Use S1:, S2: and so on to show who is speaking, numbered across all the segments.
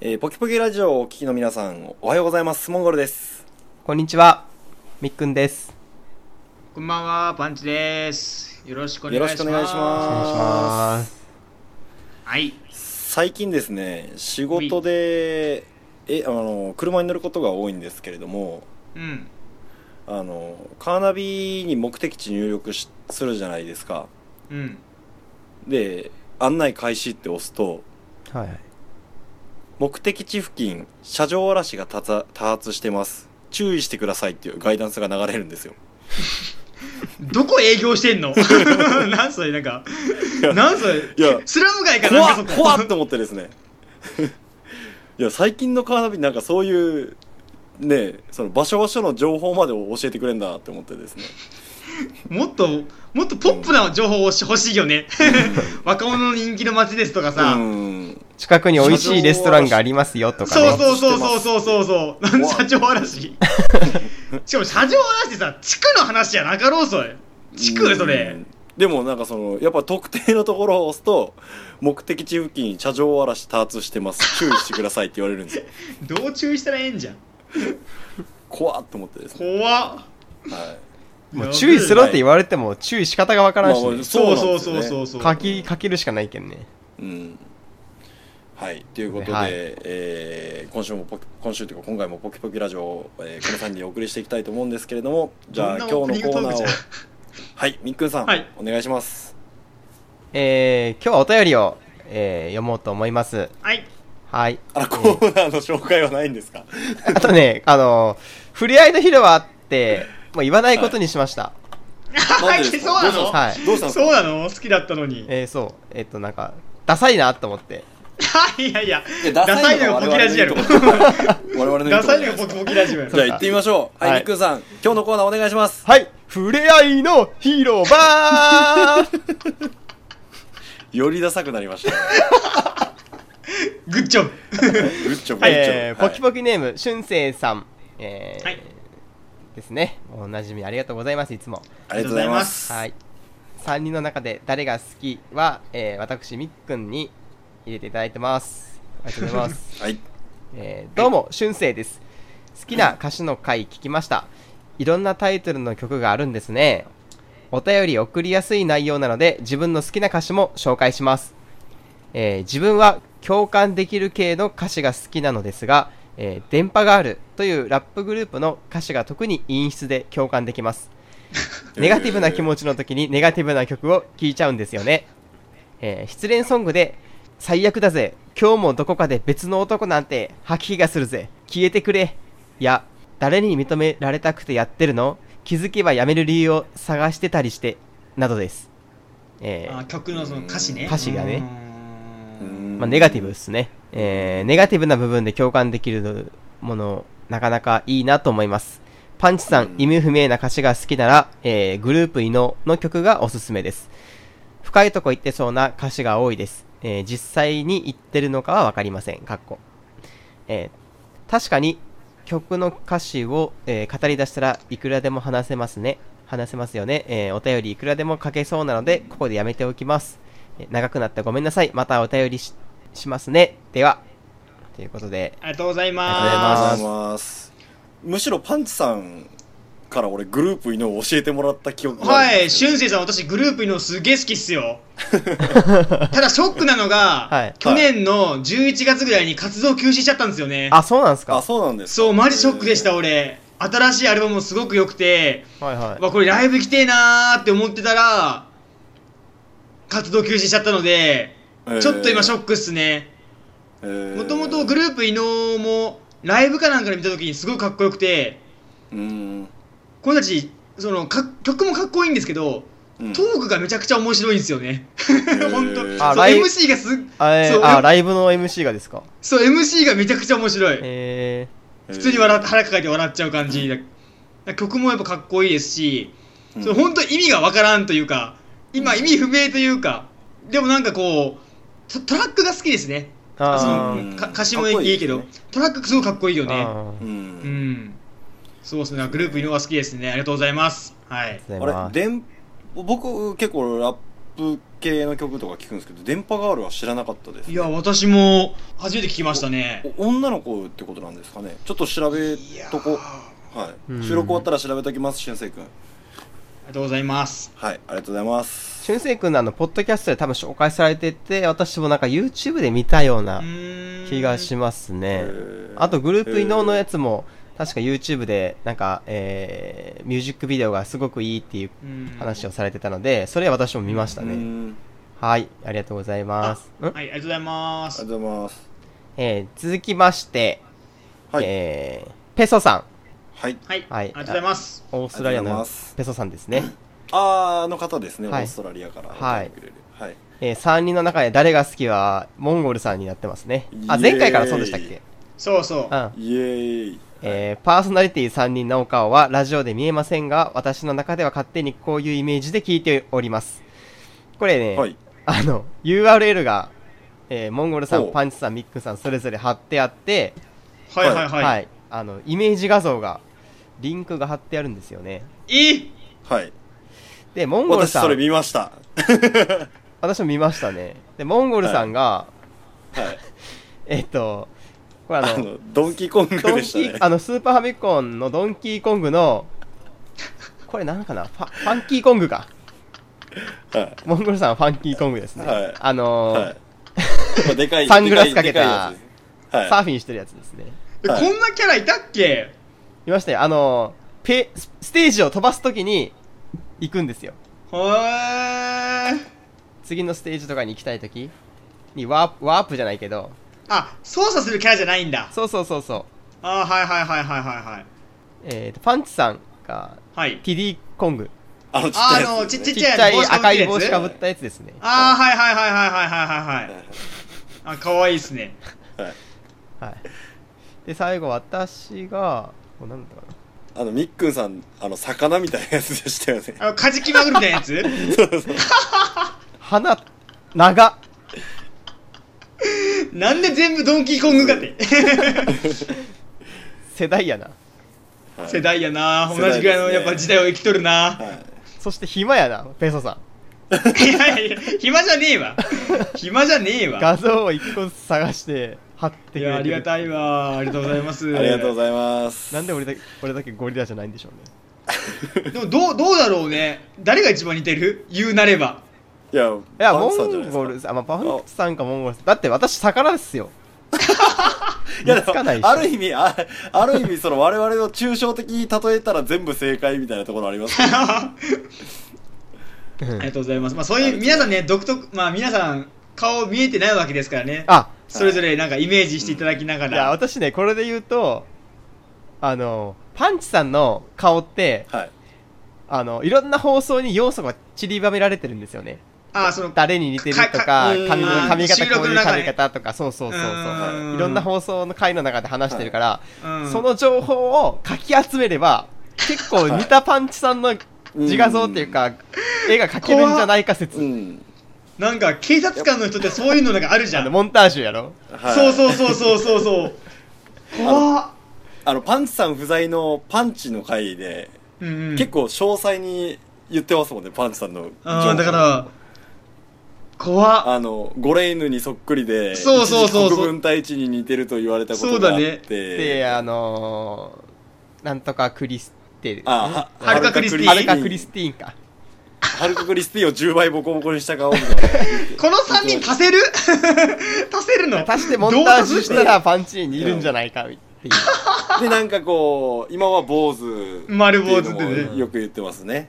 S1: えーポキポキラジオをお聞きの皆さん、おはようございます。モンゴルです。
S2: こんにちは、みっくんです。
S3: こんばんは、パンチです。よろしくお願
S1: よろ
S3: い
S1: し
S3: し
S1: く
S3: ま
S1: お
S3: す。
S1: 願いし
S2: お願いし
S1: ま。
S2: ますす。
S3: はい。
S1: 最近ですね、仕事で、え、あの、車に乗ることが多いんですけれども、
S3: うん。
S1: あの、カーナビに目的地入力しするじゃないですか。
S3: うん。
S1: で、案内開始って押すと、
S2: はいはい。
S1: 目的地付近、車上荒らしが多発多発してます。注意してくださいっていうガイダンスが流れるんですよ。
S3: どこ営業してんの なんそれ、なんか。なんそれ。
S1: いや
S3: スラム街か
S1: 怖
S3: なんか
S1: っ
S3: そこ
S1: 怖っと思ってですね いや最近のカーナビなんかそういうねその場所場所の情報まで教えてくれんだって思って ですね
S3: もっと、もっとポップな情報をし欲しいよね。若者の人気の街ですとか
S1: う
S3: さ。
S1: ん
S2: 近くに美味しいレストランがありますよとか
S3: そう
S2: ね。
S3: そうそうそうそうそうそう。なんで
S1: 怖
S3: 社
S1: い
S3: 長嵐しかも社長嵐ってさ、地区の話やなかろう、それ。地区それ
S1: う。んでもなんかそのやっぱ特定のところを押すと目的地付近車上荒らし多発してます注意してくださいって言われるんですよ
S3: どう注意したらええんじゃん。
S1: 怖っと思って ですね
S3: 怖っ。
S1: はい
S2: もう注意すろって言われても注意仕方がわからんし
S1: まあ
S2: ね。
S3: そうそうそ
S1: そうな
S3: う
S1: んですよ
S3: そ
S1: ね
S3: うそう。
S2: 書き、書けるしかないけんね。
S1: うんはいということで、
S2: はい
S1: えー今週もポキ今週というか今回もポキポキラジオを、えーこの3人でお送りしていきたいと思うんですけれど もじゃあ今日の
S3: ど
S1: コ
S3: んなオープニング
S1: ーナー
S3: トークじ
S1: を
S3: ゃん
S1: はいみっくんさん、
S3: はい
S1: お願いします
S2: えー、今日はお便りを、えー読もうと思います。
S3: はい。
S2: はい。
S1: あらコーナーの紹介はないんですか
S2: あとね、あの、ふれあいの広場って、もう言わないことにしました。
S1: なんでですか
S3: そうなの
S2: はい
S1: どうしたんですか、
S3: そうなの好きだったのに。
S2: えー、そう。えっ、と、なんか、ダサいなと思って。
S3: いやいや
S1: いや、
S3: ダサいのがポキラジやろ。
S1: 我々のいいとこ
S3: ダサいのがポキポキラジオや
S1: じゃ
S3: ろ。
S1: あ行ってみましょうはい、
S2: はい
S1: みっくんさん今日のコーナーお願いします
S2: はい。ふれあいの広場
S1: よりダサくなりま したね
S3: グッジョブ。
S1: グッチョブグッチョブ
S2: えー
S1: はい
S2: ポキポキネーム、しゅんせいさん、えー
S3: はい
S2: ですね。おなじみありがとうございます、いつも。
S1: ありがとうございます
S2: はい。3人の中で誰が好きは、えー私、みっくんに入れていただいてます。ありがとうございます。
S1: はい
S2: えーどうも、春生です。好きな歌手の回聞きました。いろんなタイトルの曲があるんですね。お便り送りやすい内容なので、自分の好きな歌詞も紹介します。えー自分は共感できる系の歌詞が好きなのですが、えー電波ガールというラップグループの歌詞が特に陰湿で共感できます。ネガティブな気持ちの時にネガティブな曲を聴いちゃうんですよね。えー失恋ソングで「最悪だぜ今日もどこかで別の男なんて吐き気がするぜ消えてくれ」いや誰に認められたくてやってるの気づけばやめる理由を探してたりしてなどです、えー
S3: あ曲のその歌詞ね。
S2: 歌詞がね
S3: う
S1: うー
S3: ーん。
S1: ん
S2: まあ、ネガティブですね、えーネガティブな部分で共感できるものなかなかいいなと思いますパンチさん、
S1: うん
S2: 意味不明な歌詞が好きなら、えーグループ伊能の曲がおすすめです深いとこ行ってそうな歌詞が多いです、えー実際に言ってるのかは分かりませんかっこ、えー確かに曲の歌詞を、えー語り出したらいくらでも話せますね話せますよね、えーお便りいくらでも書けそうなのでここでやめておきますえー長くなってごめんなさいまたお便りししますねではということで
S3: ありがとうござい
S1: あ
S3: ま
S1: りがとう
S3: す。
S1: ございますむしろパンチさんから俺グループ犬を教えてもらった記憶があ
S3: は
S1: るん
S3: い、
S1: ですけど
S3: 俊生さん、私、グループのすげえ好きっ すよ。ただ、ショックなのが、
S2: はい
S3: 去年の11月ぐらいに活動休止しちゃったんですよね。
S2: あそうなんです
S1: あ
S2: か
S1: そうなんですか
S3: そう、マジショックでした、俺。新しいアルバムもすごく良くて、
S2: はいは
S3: わこれライブ来てえなーって思ってたら活動休止しちゃったので、
S1: えー
S3: ちょっと今ショックっすね
S1: えー
S3: もともとグループ伊能もライブかなんかで見た時にすごいかっこよくて
S1: うーん
S3: この人たちそのか曲もかっこいいんですけど
S1: うん
S3: トークがめちゃくちゃ面白いんですよね
S1: ー
S3: 本当
S1: あ
S3: そう
S2: ライブ
S3: MC がす
S2: あ,、えー
S3: そう
S2: あライブの MC がですか
S3: そう MC がめちゃくちゃ面白い
S2: え
S3: 普通に笑って腹抱えて笑っちゃう感じだ曲もやっぱかっこいいですし、
S1: うん
S3: それ本当意味がわからんというか今意味不明というかでもなんかこうトトラックが好きですね
S2: ー、
S3: そ
S2: あ
S1: う
S2: ー
S1: ん
S3: のか歌詞もい
S1: かっこいい
S3: いいけど
S1: です
S3: トラックすごいかっこいいよね
S1: う
S2: あー
S3: うんんそうですねグループのが好きですねありがとうございますはい
S2: ありがとうござい
S1: あ
S2: ま
S1: れ
S2: す
S1: 電僕結構ラップ系の曲とか聞くんですけど電波ガールは知らなかったです
S3: いや、私も初めて聞きましたね。
S1: お女の子ってことなんですかねちょっと調べ
S3: いやー
S1: とこは
S2: うん
S1: い収録終わったら調べときます俊く君
S3: ありがとうございます。
S1: はいありがとうございます
S2: 俊生くんのあの、ポッドキャストで多分紹介されてて、私もなんか YouTube で見たような気
S3: 気
S2: がします
S1: へ
S2: ね。
S1: ー
S2: あと、グループ伊能のやつも、確か YouTube で、なんか、えー、ミュージックビデオがすごくいいっていう話をされてたので、それは私も見ました
S1: う
S2: ね。
S1: ん
S2: はい、ありがとうございます。ん
S3: はい、ありがとうございま
S1: あ
S3: す
S1: り。がとうございます
S2: えー、続きまして、
S1: はい
S2: えー、ペソさん。
S1: はい
S3: はい、
S2: は
S3: あ
S2: い
S3: りがとうございます。
S2: オーストラリア
S1: ありがとうござい
S2: の
S1: ます
S2: ペソさんですね。
S1: あーあの方ですねオ
S2: はい
S1: ーストラリアから
S2: はい
S1: お便りくれるはい
S2: えー、3人の中で誰が好きは、モンゴルさんになってますね。あ、前回からそうでしたっ
S1: イエ
S2: け
S3: そう
S2: う。
S3: そう
S2: ん。
S1: イエーイ
S2: えーパーソナリティ3人のお顔はラジオで見えませんが、私の中では勝手にこういうイメージで聞いております。これね、
S1: はい
S2: あの、URL が、えーモンゴルさ
S1: ほ
S2: ん、
S1: う
S2: パンチさん、ミックさん、それぞれ貼ってあって、
S3: はいはい
S2: はい、
S3: はい。
S2: あの、イメージ画像が、リンクが貼ってあるんですよね。
S3: え
S1: はい
S2: で、モンゴル
S1: 私
S2: さん、
S1: それ
S2: 私
S1: 見ました
S2: も見ましたね。で、モンゴルさんが、
S1: はい
S2: えっと、これあの、
S1: あのドンキーコング
S2: ドン
S1: で
S2: キ
S1: したね
S2: ー、あの、スーパーファミコンのドンキーコングの、これなんかなファファンキーコングか。
S1: はい
S2: モンゴルさんはファンキーコングですね。
S1: はい
S2: あのー
S1: はいでかい
S2: サングラスかけた
S1: でかいやつです
S2: サ
S1: は
S2: ーフィンしてるやつですね。
S3: え、
S1: はい
S3: こんなキャラいたっけ
S2: いましたよ。あのーペ、スステージを飛ばすときに行くんですよ。
S3: はーい。
S2: 次のステージとかに行きたいときにワープ、ワープじゃないけど、
S3: あ、操作するキャラじゃないんだ。
S2: そうそうそうそう。
S3: あーはいはいはいはいはいはい。
S2: えーと、パンチさんが、
S3: はい。
S2: ティディコング。
S1: あのちっちゃ
S3: あ
S1: い
S3: ーあの、
S1: やつ
S3: ちっ
S1: です
S3: ち
S1: ね
S3: ゃ
S2: ちっち
S3: い
S2: ゃい
S3: 帽子
S2: 赤い
S3: かぶ
S2: 帽子
S3: ってるやつ
S2: かぶったやつですね。
S3: あーはいはいはいはいはいはいはいはい。あ、可愛いですね。
S1: はい
S2: はい。で、最後、私が、こうなんだろうな。
S1: あのみっくんさんあの魚みたいなやつでしたよね
S3: あの、カジキマグロみたいなやつ
S2: 鼻、長っ。
S3: なんで全部ドンキーコングかって。
S2: 世代やな。
S1: はい
S3: 世代やな
S1: 世代
S3: 同じぐらいの
S1: ですね
S3: やっぱ時代を生きとるな、
S1: はい
S2: そして暇やな、ペソさん。
S3: い、やいや暇じゃねえわ暇じゃねえわ
S2: 画像を一個ずつ探して貼ってくれて
S3: い
S2: る
S3: やありがたいわありがとうございます
S1: ありがとうご
S3: い
S1: ざいます
S2: なんで俺だけ俺だけゴリラじゃないんでしょうね
S3: ますでもどうどうだろうね誰が一番似てる言うなれば
S1: いや
S2: いや
S1: パ
S2: モ
S1: ンツさんじゃない
S2: ン
S1: ですか
S2: ゴルさん、まあ、パンツさんかモンゴルさんだって私魚ですよ
S1: いや
S2: 見つかない
S1: で
S2: でし
S1: も
S2: ょ
S1: ある意味あある意味その我々を抽象的に例えたら全部正解みたいなところありますね
S2: うん
S3: ありがとうございますまあそういう皆さんね独特まあ皆さん顔見えてないわけですからね
S2: あ
S3: それぞれなんかイメージしていただきなが
S2: いや
S3: ら、
S2: 私ねこれで言うとあのパンチさんの顔って
S1: はい
S2: あのいろんな放送に要素が散りばめられてるんですよね
S3: ああその
S2: 誰に似てると
S3: か
S2: か
S3: か
S2: 髪の
S1: うん
S2: 髪型
S3: 収
S2: こ
S3: 録
S2: うい
S3: の
S2: う
S3: 中
S2: 髪
S3: で
S2: 型とかそうそうそうそう
S1: う
S2: いろんな放送の回の中で話してるから、
S3: うん
S2: その情報をかき集めれば、結構似たパンチさんの自画像っていうか、絵が描けるんじゃないか
S1: う
S2: 説。
S1: ん、
S3: なんか警察官の人ってそういうのなんかあるじ
S2: あ
S3: ゃ
S2: の、
S3: ん
S2: モンタージュやろ
S1: はい、
S3: そう
S1: う
S3: そうそうそうそうそう 怖っ
S1: あのパンツさん不在のパンチの回で、
S3: うんうん
S1: 結構詳細に言ってますもんねパンツさんの
S3: ああ
S1: 情
S3: だ
S1: 報
S3: から怖っ
S1: あのゴレ犬にそっくりで
S3: そうそうそうそう
S1: 一時国分太一に似てると言われたことがあって
S3: そう
S2: で、あのー、なんとかクリステル。
S1: あ
S3: はるかクリスティーン
S2: はるかクリス
S1: テ
S2: ティーンか。
S1: ィはるかクリスティを10倍ボコボコにした顔みたいな
S3: この3人足せる 足せるの
S2: 足してモンタージュしたらパンチにいるんじゃないか、っていう。
S1: でなんかこう今は坊主
S3: 丸坊主でね
S1: っていうのもよく言ってますね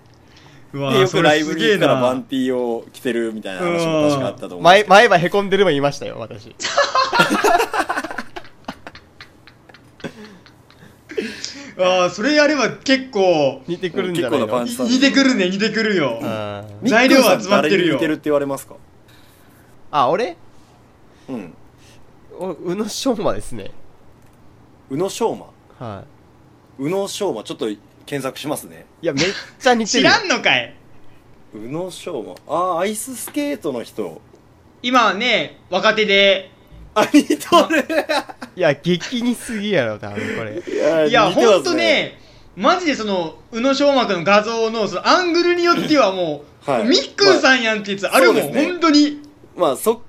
S3: う
S1: で
S3: わ
S1: よくライブに行ったらバン
S3: そ
S1: ティーを着てるみたいな話も確かあったと思うんで
S2: 前、
S1: すけど
S2: 前歯へこんでるも言いましたよ、私。
S3: れすげえなあーそれやれば結構
S2: 似てくるんじゃない
S1: 結構なパ
S2: の
S1: ン
S3: い似てくるね似てくるよ
S2: うん
S1: みっくんさん
S3: 材料は集まってるよ
S1: 誰に似てるって言われますか
S2: あ、俺
S1: うん
S2: お宇野昌磨ですね。
S1: 宇野昌磨
S2: は
S1: 宇野昌磨ちょっと検索しますね
S2: い。いや、めっちゃ似て
S3: 知
S2: るよ。
S3: らんのかい
S1: 宇野昌磨ああアイススケートの人
S3: 今はね若手で
S1: あ似とる
S2: いや、激似すぎやろ、多分こ れ。
S1: いや
S3: いや
S1: 似てます
S3: ほんとねマジでその宇野昌磨君の画像のそのアングルによってはもう、
S1: はい
S3: みっくんさんやんってやつあるもん、
S1: まあそうですね
S3: 本当に
S1: まあそ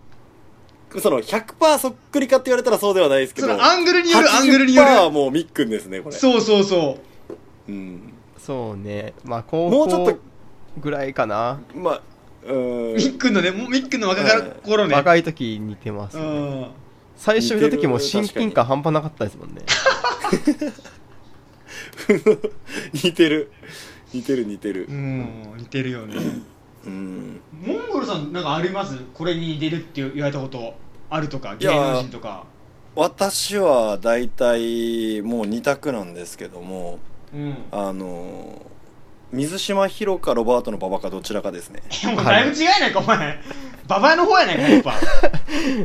S1: その100%そっくりかって言われたらそうではないですけ
S3: そ
S1: ど
S3: のアングルによるアングルによる
S1: 80%はもうみっくんですねこれ、
S3: そうそうそう
S1: ん、
S2: そうねまあ高
S1: もうちょっ
S2: 校
S1: と
S2: ぐらいかな、
S1: まあうー
S3: うみっ
S1: ん
S3: くんのねもうみっくんの若か
S1: はい
S3: 頃ね、
S2: 若い時似てます、
S3: うん
S2: 最初見た時
S1: 似
S2: も
S1: てる
S2: 親近感半端なかったですもんね
S1: 似てる似てる似てる
S3: うん似てるよね
S1: うん
S3: モンゴルさんなんかありますこれに似てるって言われたことあるとか
S1: い
S3: 芸
S1: やー
S3: 能人とか
S1: 私は大体もう2択なんですけども
S3: うん
S1: あの水島ひろかロバートの馬場かどちらかですね
S3: いやもうだいぶ違いないかお前ババアの方やないかやっぱ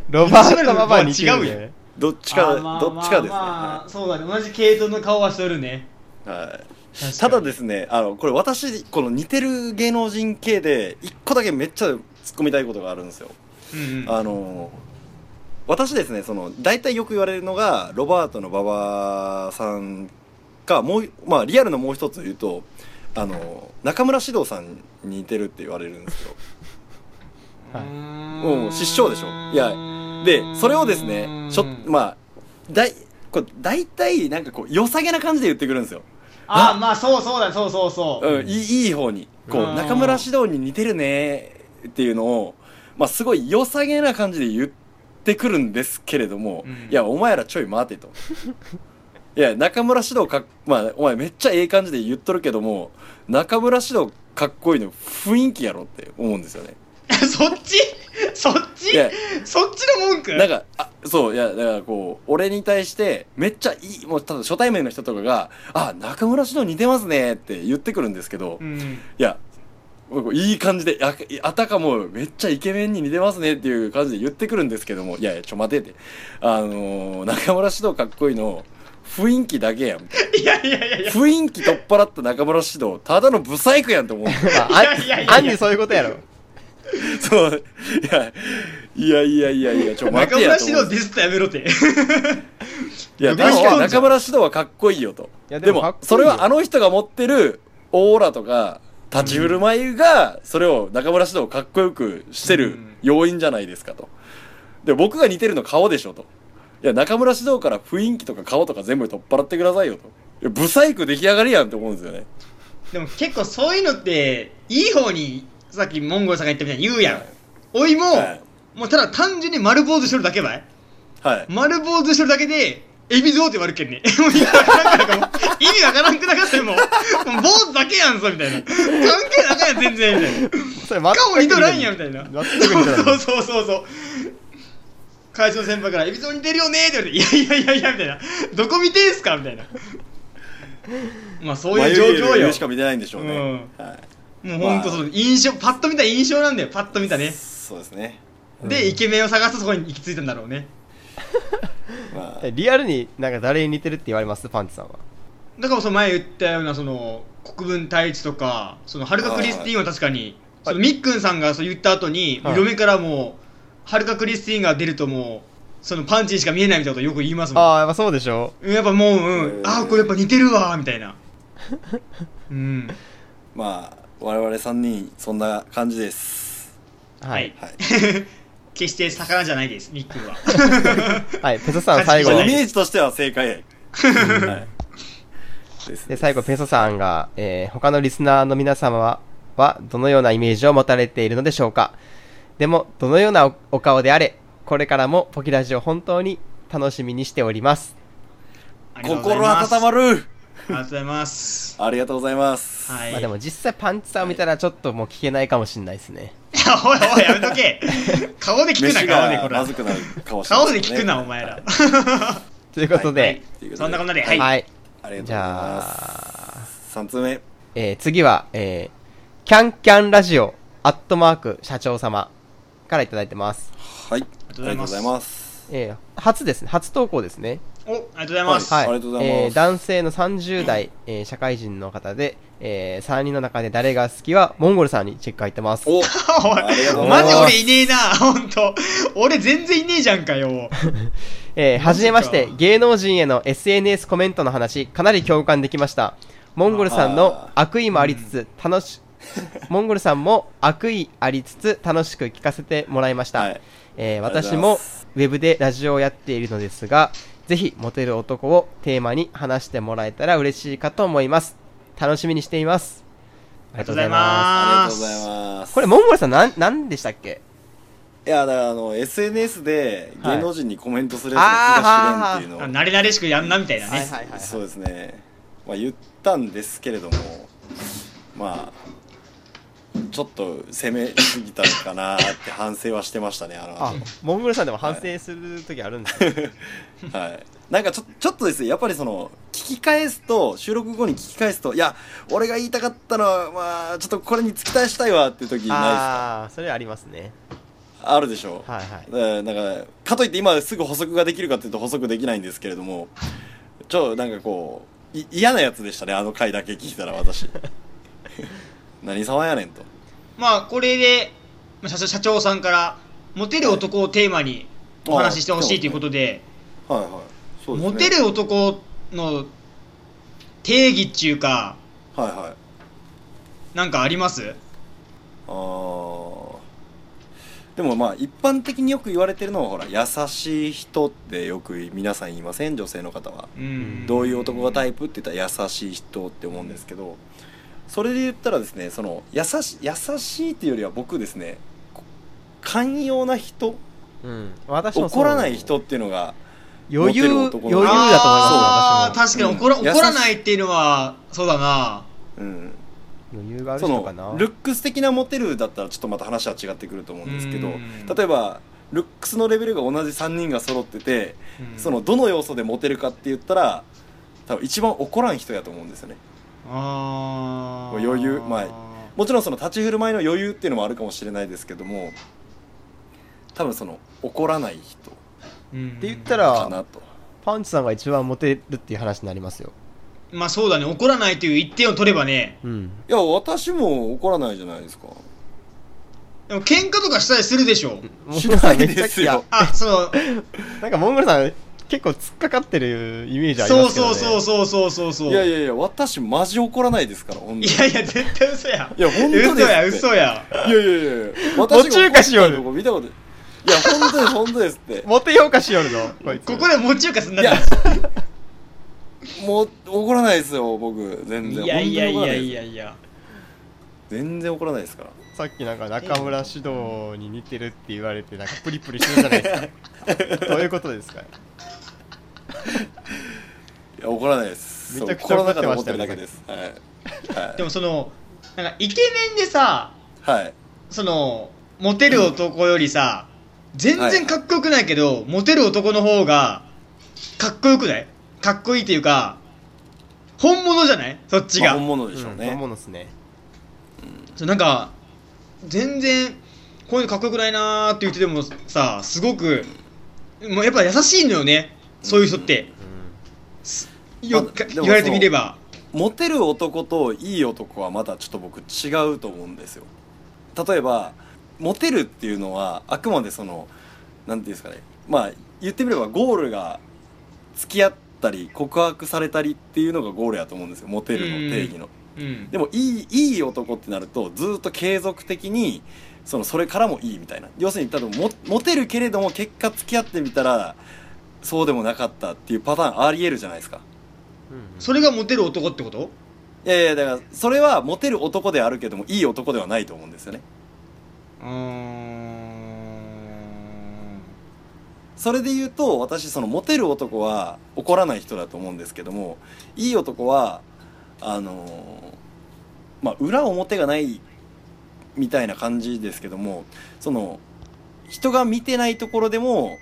S2: ロバート・ママ似てる、
S3: 一番の
S2: ね、
S1: どっちか
S3: あーまあ
S1: どっちかですね、
S3: まあまあそうだね同じ系統の顔はしとるね
S1: はい
S3: 確かに
S1: ただですねあのこれ私この似てる芸能人系で1個だけめっちゃ突っ込みたいことがあるんですよ
S3: うんうん
S1: あの私ですねその大体よく言われるのがロバートの馬場さんかもう、まあ、リアルのもう一つ言うとあの中村獅童さんに似てるって言われるんですよ
S2: はい
S1: うん失笑でしょいやでそれをですねちょまあだいこれ大体なんかこう良さげな感じで言ってくるんですよ、
S3: ああまあそうそうだそうそうそう、
S1: うん、いいいい方にこ
S3: う
S1: うん中村獅童に似てるねっていうのを、まあ、すごい良さげな感じで言ってくるんですけれども、
S3: うん
S1: いやお前らちょい待 てといや中村獅童かっまあお前めっちゃええ感じで言っとるけども中村獅童かっこいいの雰囲気やろって思うんですよね
S3: そっちそっ
S1: い
S3: ち
S1: や
S3: そっちの文句
S1: なんか、あ、そう、いや、だからこう、俺に対して、めっちゃいい、もう、ただ初対面の人とかが、あ、中村獅童似てますねって言ってくるんですけど、
S3: う
S1: い
S3: ん
S1: や、こういい感じであ、あたかもめっちゃイケメンに似てますねっていう感じで言ってくるんですけども、いやいや、ちょ待てって、あのー中村獅童かっこいいの、雰囲気だけやん。
S3: いやいやいやいや
S1: 雰囲気取っ払った中村獅童、ただのブサイクやんと思う。
S2: まあ、
S3: いやいやいや
S2: あ
S3: いや
S2: あんにそういうことやろ
S1: そう、いや、いやいやいやいや、ちょ待
S3: 中
S1: てや
S3: 村
S1: と
S3: 獅
S1: 思う
S3: 童ディスったらやめろって
S1: いや、確かに
S3: でもそうじゃ
S1: 中
S3: ん
S1: 村獅童はかっこいいよと。
S2: いや
S1: で
S2: でもかっ
S1: も
S2: こいい、よ
S1: それはあの人が持ってるオーラとか、立ち振る舞いが、それを中村獅童をかっこよくして
S3: う
S1: る
S3: ん
S1: 要因じゃないですかと。で、僕が似てるの顔でしょと。いや、中村獅童から雰囲気とか顔とか全部取っ払ってくださいよと。いや、ブサイク出来上がりやんって思うんですよね。
S3: でも結構そういうのっていい方にさっきモンゴルさんが言ったみたいに言うやん、おいも、
S1: は
S3: もうただ単純に丸坊主してるだけばい
S1: はい。
S3: 丸坊主してるだけでエビゾーって言われるけんね もう意味わからんくなるかも意味わからんくなかったよもうもう坊主だけやんぞみたいな関係なかやん全然みたいな
S2: それ全
S3: 顔
S2: く
S3: 似とらんやみたいな
S2: 全く似とらん
S3: そうそうそうそう会社の先輩から「エビゾー似てるよね」って言われて「いやいやいやいや」みたいな「どこ見てんすか?」みたいなまあそういう状況
S1: 眉毛
S3: よ
S1: 上しか見てないんでしょうね。はい。
S3: もうほんとその印象、パッと見た印象なんだよパッと見たね
S1: そうですね。
S3: でイケメンを探すとそこに行き着いたんだろうね
S1: まあ
S2: え、リアルになんか誰に似てるって言われますパンチさんは
S3: だからその前言ったようなその国分太一とかそのはるかクリスティーンは確かに
S2: は
S3: そ
S2: い
S3: のみっくんさんがそう言った後に、
S2: はい
S3: 嫁からもうはるかクリスティーンが出るともうそのパンチにしか見えないみたいなことよく言いますもん
S2: ああやっぱそうでしょ
S3: やっぱもう、うん
S1: へー
S3: ああこれやっぱ似てるわーみた いなうん
S1: まあ、我々3人、そんな感じです。
S2: はい、
S1: はい。
S3: 決して魚じゃないですみっく んは
S2: はい、ペソさん最後
S1: まあ
S3: は
S1: イ
S3: い
S1: メージとしては正解。はい。です
S2: で最後ペソさんが、えー他のリスナーの皆様ははどのようなイメージを持たれているのでしょうかでもどのようなおお顔であれこれからもポキラジを本当に楽しみにしております
S3: ありがとうござい
S1: 心温ま
S3: る
S1: る
S3: ありがとうございます
S1: ありがとうございます。
S3: はい、
S2: まあでも実際パンチさんを見たらちょっともう聞けないかもしれないですね。
S3: いや おいおいやめとけ顔で聞くな
S1: 飯
S3: 顔でこ
S1: が
S3: れ
S1: まずくなる顔してま
S3: 顔
S1: す
S3: で
S1: ね
S3: 聞くなお 前ら
S2: ということで、
S3: は
S2: はいい、
S1: はい
S3: そんなこんなでは、
S2: はいい
S1: ありがとうご
S2: じ
S1: ざい
S2: ゃ
S1: ます。
S2: あ、
S1: 3通目。
S2: えー次は、えー、キャンキャンラジオ、アットマーク、社長様からいただいてます。
S1: はい。あ
S3: りがとうございます
S1: りがとうございます。
S2: えー初ですね、初投稿ですね。
S3: おありがとうございます、
S1: はいありがとうございます
S2: えー男性の30代、えー社会人の方で、え3人の中で誰が好きは、モンゴルさんにチェック入ってます。
S1: おありがとうご
S3: おい
S1: ざ
S3: マ
S1: いま
S3: ジ
S1: す
S3: 俺いねえな本当俺全然いねえじゃんかよ
S2: えーはじめまし
S3: マジ
S2: て
S3: か
S2: 芸能人への SNS コメントの話かなり共感できましたモンゴルさんの
S1: あ
S2: 悪意もありつつ楽しモンゴルさんも悪意ありつつ楽しく聞かせてもらいました、
S1: はい
S2: えー
S1: ありがと
S2: 私
S1: うござい
S2: も
S1: ます
S2: ウェブでラジオをやっているのですがぜひモテる男をテーマに話してもらえたら嬉しいかと思います楽しみにしていますありがとうございま
S1: あ
S3: あ
S1: りが
S3: り
S1: と
S3: が
S1: う
S3: とう
S1: ござ
S3: ござ
S1: い
S3: い
S1: ます
S2: すこれモンゴルさんなんなんでしたっけ
S1: いやだからあの SNS で
S2: はい
S1: 芸能人にコメントするやつの気が知れんっていうのを、
S3: あ慣れ慣れしくやんなみたいな
S2: は
S3: ね、
S2: いはいはい、
S1: そ
S2: は
S1: う
S2: い、
S1: ですね、まあ、言ったんですけれどもまあちょっと攻めすぎたのかなって反省はしてましたねあの
S2: あモンゴルさんでも反省する時あるんですね、
S1: はい、なんかちょちょっとですねやっぱりその聞き返すと収録後に聞き返すといや俺が言いたかったのはまあちょっとこれに突き返したいわっていう時ない
S2: ああそれありますね
S1: ですかあるでしょう、
S2: はいはい
S1: えーなんかかといって今すぐ補足ができるかというと補足できないんですけれどもちょなんかこうい嫌なやつでしたねあの回だけ聞いたら私 何様やねんと
S3: まあこれでまあ社長社長さんからモテる男をテーマにお話ししてほしいということで
S1: はいはいそうですね
S3: モテる男の定義っていうか
S1: はいはい
S3: なんかあります
S1: あーでもまあ一般的によく言われてるのはほら優しい人ってよく皆さん言いません女性の方は
S3: うん
S1: どういう男がタ
S3: イ
S1: イプって言ったら優しい人って思うんですけどそれで言ったらですねその優し優しいっていうよりは僕ですねこ寛容な人
S2: うん私もそう
S1: 怒らない人っていうのが
S2: 余裕
S1: モ
S2: 余裕だ
S1: テ
S2: と
S1: る男
S2: 思います
S3: ああ
S2: 私も
S3: 確かに怒ら,、
S1: うん
S3: 怒らないっていうのはそうだな
S1: うん
S2: 余裕がある
S1: そ
S2: 人かな
S1: のルックス的なモテるだったらちょっとまた話は違ってくると思うんですけど
S3: うん
S1: 例えばルックスのレベルが同じ3人が揃ってて
S3: うん
S1: そのどの要素でモテるかって言ったら多分一番怒らん人やと思うんですよね
S3: あー
S1: 余裕まあもちろんその立ち振る舞いの余裕っていうのもあるかもしれないですけども多分その怒らない人
S3: うん
S2: って言ったら
S1: かなと
S2: パンチさんが一番モテるっていう話になりますよ
S3: まあそうだね怒らないという一点を取ればね
S2: うん
S1: いや私も怒らないじゃないですか
S3: でも喧嘩とかしたりするでしょ
S2: モンゴルさんめ
S1: し
S2: っ
S1: ない
S2: ちゃ
S1: ですよ
S3: あその
S2: いやなんかモンゴルさん結構突っかかってるイメージあり
S3: そ
S2: ま
S3: う
S2: すけど、
S3: そ
S2: ね、
S3: うそ
S2: そ
S3: うそうそうそうそう
S1: いやいやいや私マジ怒らないですからほんと
S3: いやいや絶対嘘や
S1: いや本当ですって
S3: 嘘や嘘や
S1: いやいやいやいや私が
S2: 中華し
S1: 怒っ
S2: よる
S1: てるとこ見たこといや本当です本当ですって
S2: モテ評価しよるぞこいつ
S3: ここでもう中華すんない
S1: や
S3: んです
S1: もう怒らないですよ僕全然
S3: いやいやい
S1: 本当に怒らな
S3: や
S1: です
S3: いやいや
S1: 全然怒らないですから
S2: さっきなんか中村獅童に似てるって言われてなんかプリプリしてるじゃないですか どういうことですか
S1: いや怒らないです
S2: めちゃくちゃ
S1: そう怒らなかった
S2: 怒
S1: 思
S2: っ
S1: ってる
S2: てまし
S1: だ
S2: た
S1: け
S2: よ
S1: で
S2: ね
S1: すはい、はい
S3: でもそのなんかイケメンでさ
S1: はい。
S3: そのモテる男よりさ全然かっこよくないけど、モテる男の方がかっこよくないかっこいいっていうか本物じゃないそっち
S1: まあ
S3: が
S1: 本物でしょうね。
S2: ん本物っすね
S3: そうなんか全然こういうのかっこよくないなーって言っててもさすごくもうやっぱ優しいのよねそういう人って、
S2: う
S3: よ
S1: まあ
S3: く
S1: でも
S3: 言われてみれば
S1: モテる男といい男はまたちょっと僕違うと思うんですよ。例えば、モテるっていうのは、あくまでその、なんていうんですかね。まあ、言ってみればゴールが付き合ったり、告白されたりっていうのがゴールやと思うんですよ。モテるの定義の。
S3: うん
S1: でもいいいい男ってなるとずっと継続的にそのそれからもいいみたいな要するに多分モモテるけれども結果付き合ってみたらそうでもなかったっていうパターンありえるじゃないですか
S2: んうん
S3: それがモテる男ってこと
S1: いやいやだからそれはモテる男であるけどもいい男ではないと思うんですよね
S3: うーん
S1: それで言うと私そのモテる男は怒らない人だと思うんですけどもいい男はあのーまあ裏表がないみたいな感じですけどもその人が見てないところでも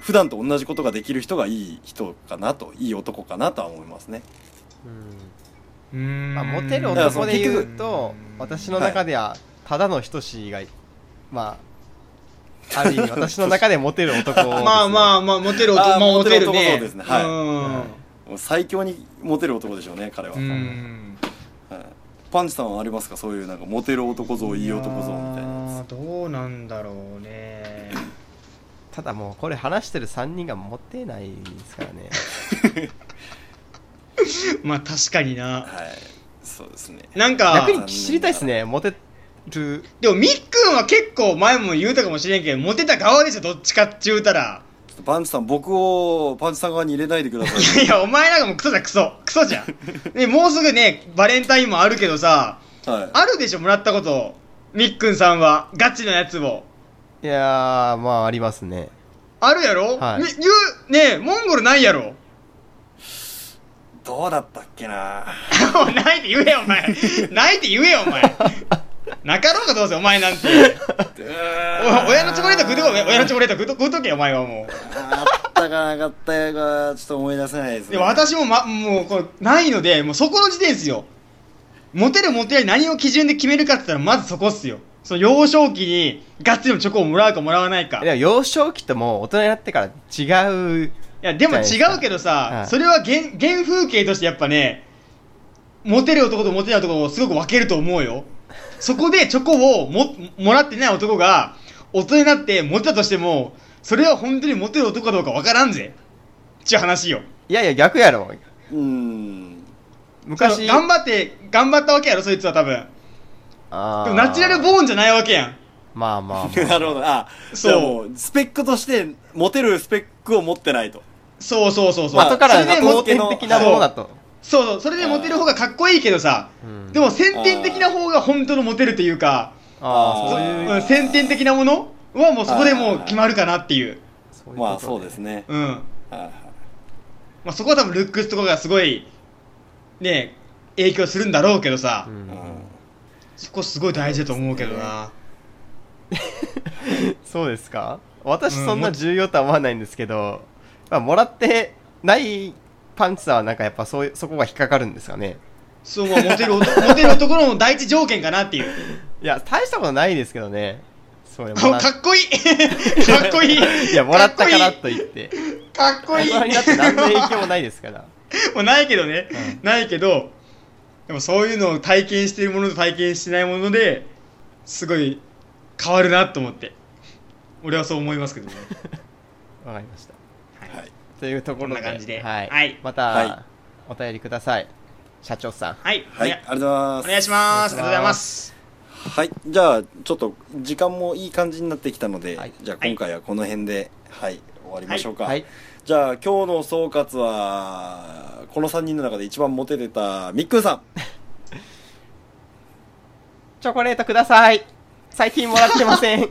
S1: 普段と同じことができる人がいい人かなといい男かなとは思いますね
S2: う
S3: うーん
S2: んまあ、モテる
S1: だからそ
S2: 男
S1: の
S2: で言
S1: 結
S2: うと私の中ではただの人志がまあある意 味私の中でモテる男ですね、
S3: まあまあまあモテる
S1: あ
S3: 男
S1: ー
S3: まあモテる
S1: モテる
S3: ね
S1: 男そうですねはい
S3: うん
S1: もう最強にモテる男でしょうね彼は、
S3: う
S1: はい
S3: ん
S1: パンチさんはありますかそういうなんかモテる男像いい男像みたいなや
S3: やーどうなんだろうね
S2: ただもうこれ話してる3人がモテないですからね
S3: まあ確かにな。
S1: はいそうですね
S3: なんか
S2: 逆、に知りたいですねモテる
S3: でもみっくんは結構前も言うたかもしれんけど、モテた側でしょ、どっちかっちゅうたら。
S1: ちょっとパンチさん僕をパンチさん側に入れないでください
S3: いやいや、お前なんかもうクソじゃんクソ。クソじゃん。ね、もうすぐね、バレンタインもあるけどさ、
S1: はい
S3: あるでしょ、もらったこと。みっくんさんは、ガチのやつを。
S2: いやーまあありますね
S3: あるやろ、
S2: はい
S3: ね言う、ねえ、モンゴルないやろ
S1: どうだったっけな
S3: おいないって言えよ、お前。ないって言えよ、お前。なかろうかどうせ、お前なんて。お親のチョコレート食うとこ、親のチョコレート食うと食うとけ、お前はもう。
S1: あったかなかったかちょっと思い出せないです
S3: で
S1: ね
S3: 私も、ま、もうこれないのでもうそこの時点ですよモテるモテない何を基準で決めるかって言ったらまずそこっすよその幼少期にガッツリのチョコをもらうかもらわないかい
S2: でも幼少期ともう大人になってから違う
S3: やでも違うけどさ、
S2: はい
S3: それは原原風景としてやっぱねモテる男とモテない男をすごく分けると思うよそこでチョコをももらってない男が大人になってモテたとしてもそれは本当にモテる男かどうか分からんぜっちゅう話よ
S2: いやいや逆やろ
S1: うーん
S3: そ
S2: 昔
S3: の頑張って頑張ったわけやろそいつは多分
S2: あー
S3: でもナチュラルボーンじゃないわけやん。
S2: まあまあ、まあ、
S1: なるほどあ
S3: そ
S1: じ
S3: う
S1: ゃあもうスペックとしてモテるスペックを持ってないと
S3: そうそうそうそう。
S1: まあ
S2: 後から
S3: それで
S1: 後
S2: 後
S3: も
S1: 付け
S2: 天
S1: の
S2: 的なものだと、
S3: そうそう、それでモテる方がかっこいいけどさ、
S2: うん、
S3: でも先天的な方が本当のモテるというか、
S2: あ
S1: ー
S2: あそ
S3: そう
S2: いう
S3: うん先天的なものはもうそこでもう決まるかなっていう。
S2: そういうことね
S1: まあそうですね、
S3: うん。ま
S1: はいはい
S3: あそこは多分ルックスとかがすごい、ね、影響するんだろうけどさ、
S2: うん
S3: そこすごい大事だと思うけどな。
S2: そうですか私
S3: うん
S2: そんな重要とは思わないんですけど、まあ、もらってないパンツはなんかやっぱそういうそこが引っかかるんですかね
S3: そう、もうモテ る男、モテる男の第一条件かなっていう。
S2: いや大したことないですけどねそれも
S3: あ
S2: らっ
S3: かっこいいかっこいい
S2: いやもらったから
S3: かっ
S2: と言って
S3: こい い
S2: 大人になって何の影響もないですから
S3: もうないけどね、ないけどでもそういうのを体験してるものと体験してないものですごい変わるなと思って俺はそう思いますけどね
S2: わかりました
S1: はい
S2: というところで
S3: こんな感じで
S2: はい
S3: はい
S2: ま
S1: はい
S2: たお便りください社長さん
S3: はい、
S1: はい、あ
S3: おや
S1: りがとうございま
S3: お
S1: す
S3: 願いしますありがとうございます
S1: はいじゃあちょっと時間もいい感じになってきたので、
S2: はい
S1: じゃあ今回はこの辺ではい、終わりましょうか、
S2: はい
S1: じゃあ今日の総括はこの3人の中で一番モテてたみっくんさ
S2: チョコレートください最近もらってませ ん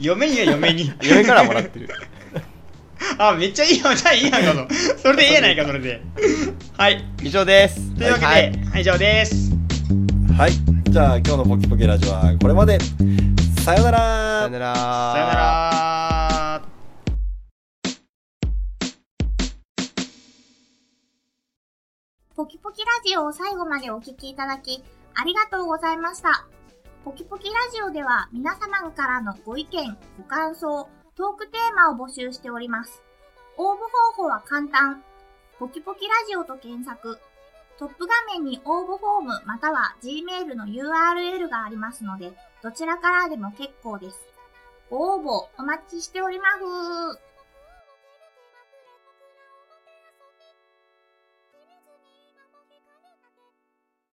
S3: 嫁には嫁に
S2: 嫁からもらってる
S3: あめっちゃいいよじゃあいいやんかとそれでええやないかそれではい
S2: 以上です
S3: というわけで、
S2: はい
S3: はい、以上です
S1: んはいじゃあ今日のポキポキラジオはこれまでさようなら
S2: さよなら
S3: さよなら
S4: ポキポキラジオを最後までお聞きいただき、ありがとうございました。ポキポキラジオでは皆様からのご意見、ご感想、トークテーマを募集しております。応募方法は簡単。ポキポキラジオと検索。トップ画面に応募フォームまたは Gmail の URL がありますので、どちらからでも結構です。ご応募お待ちしております。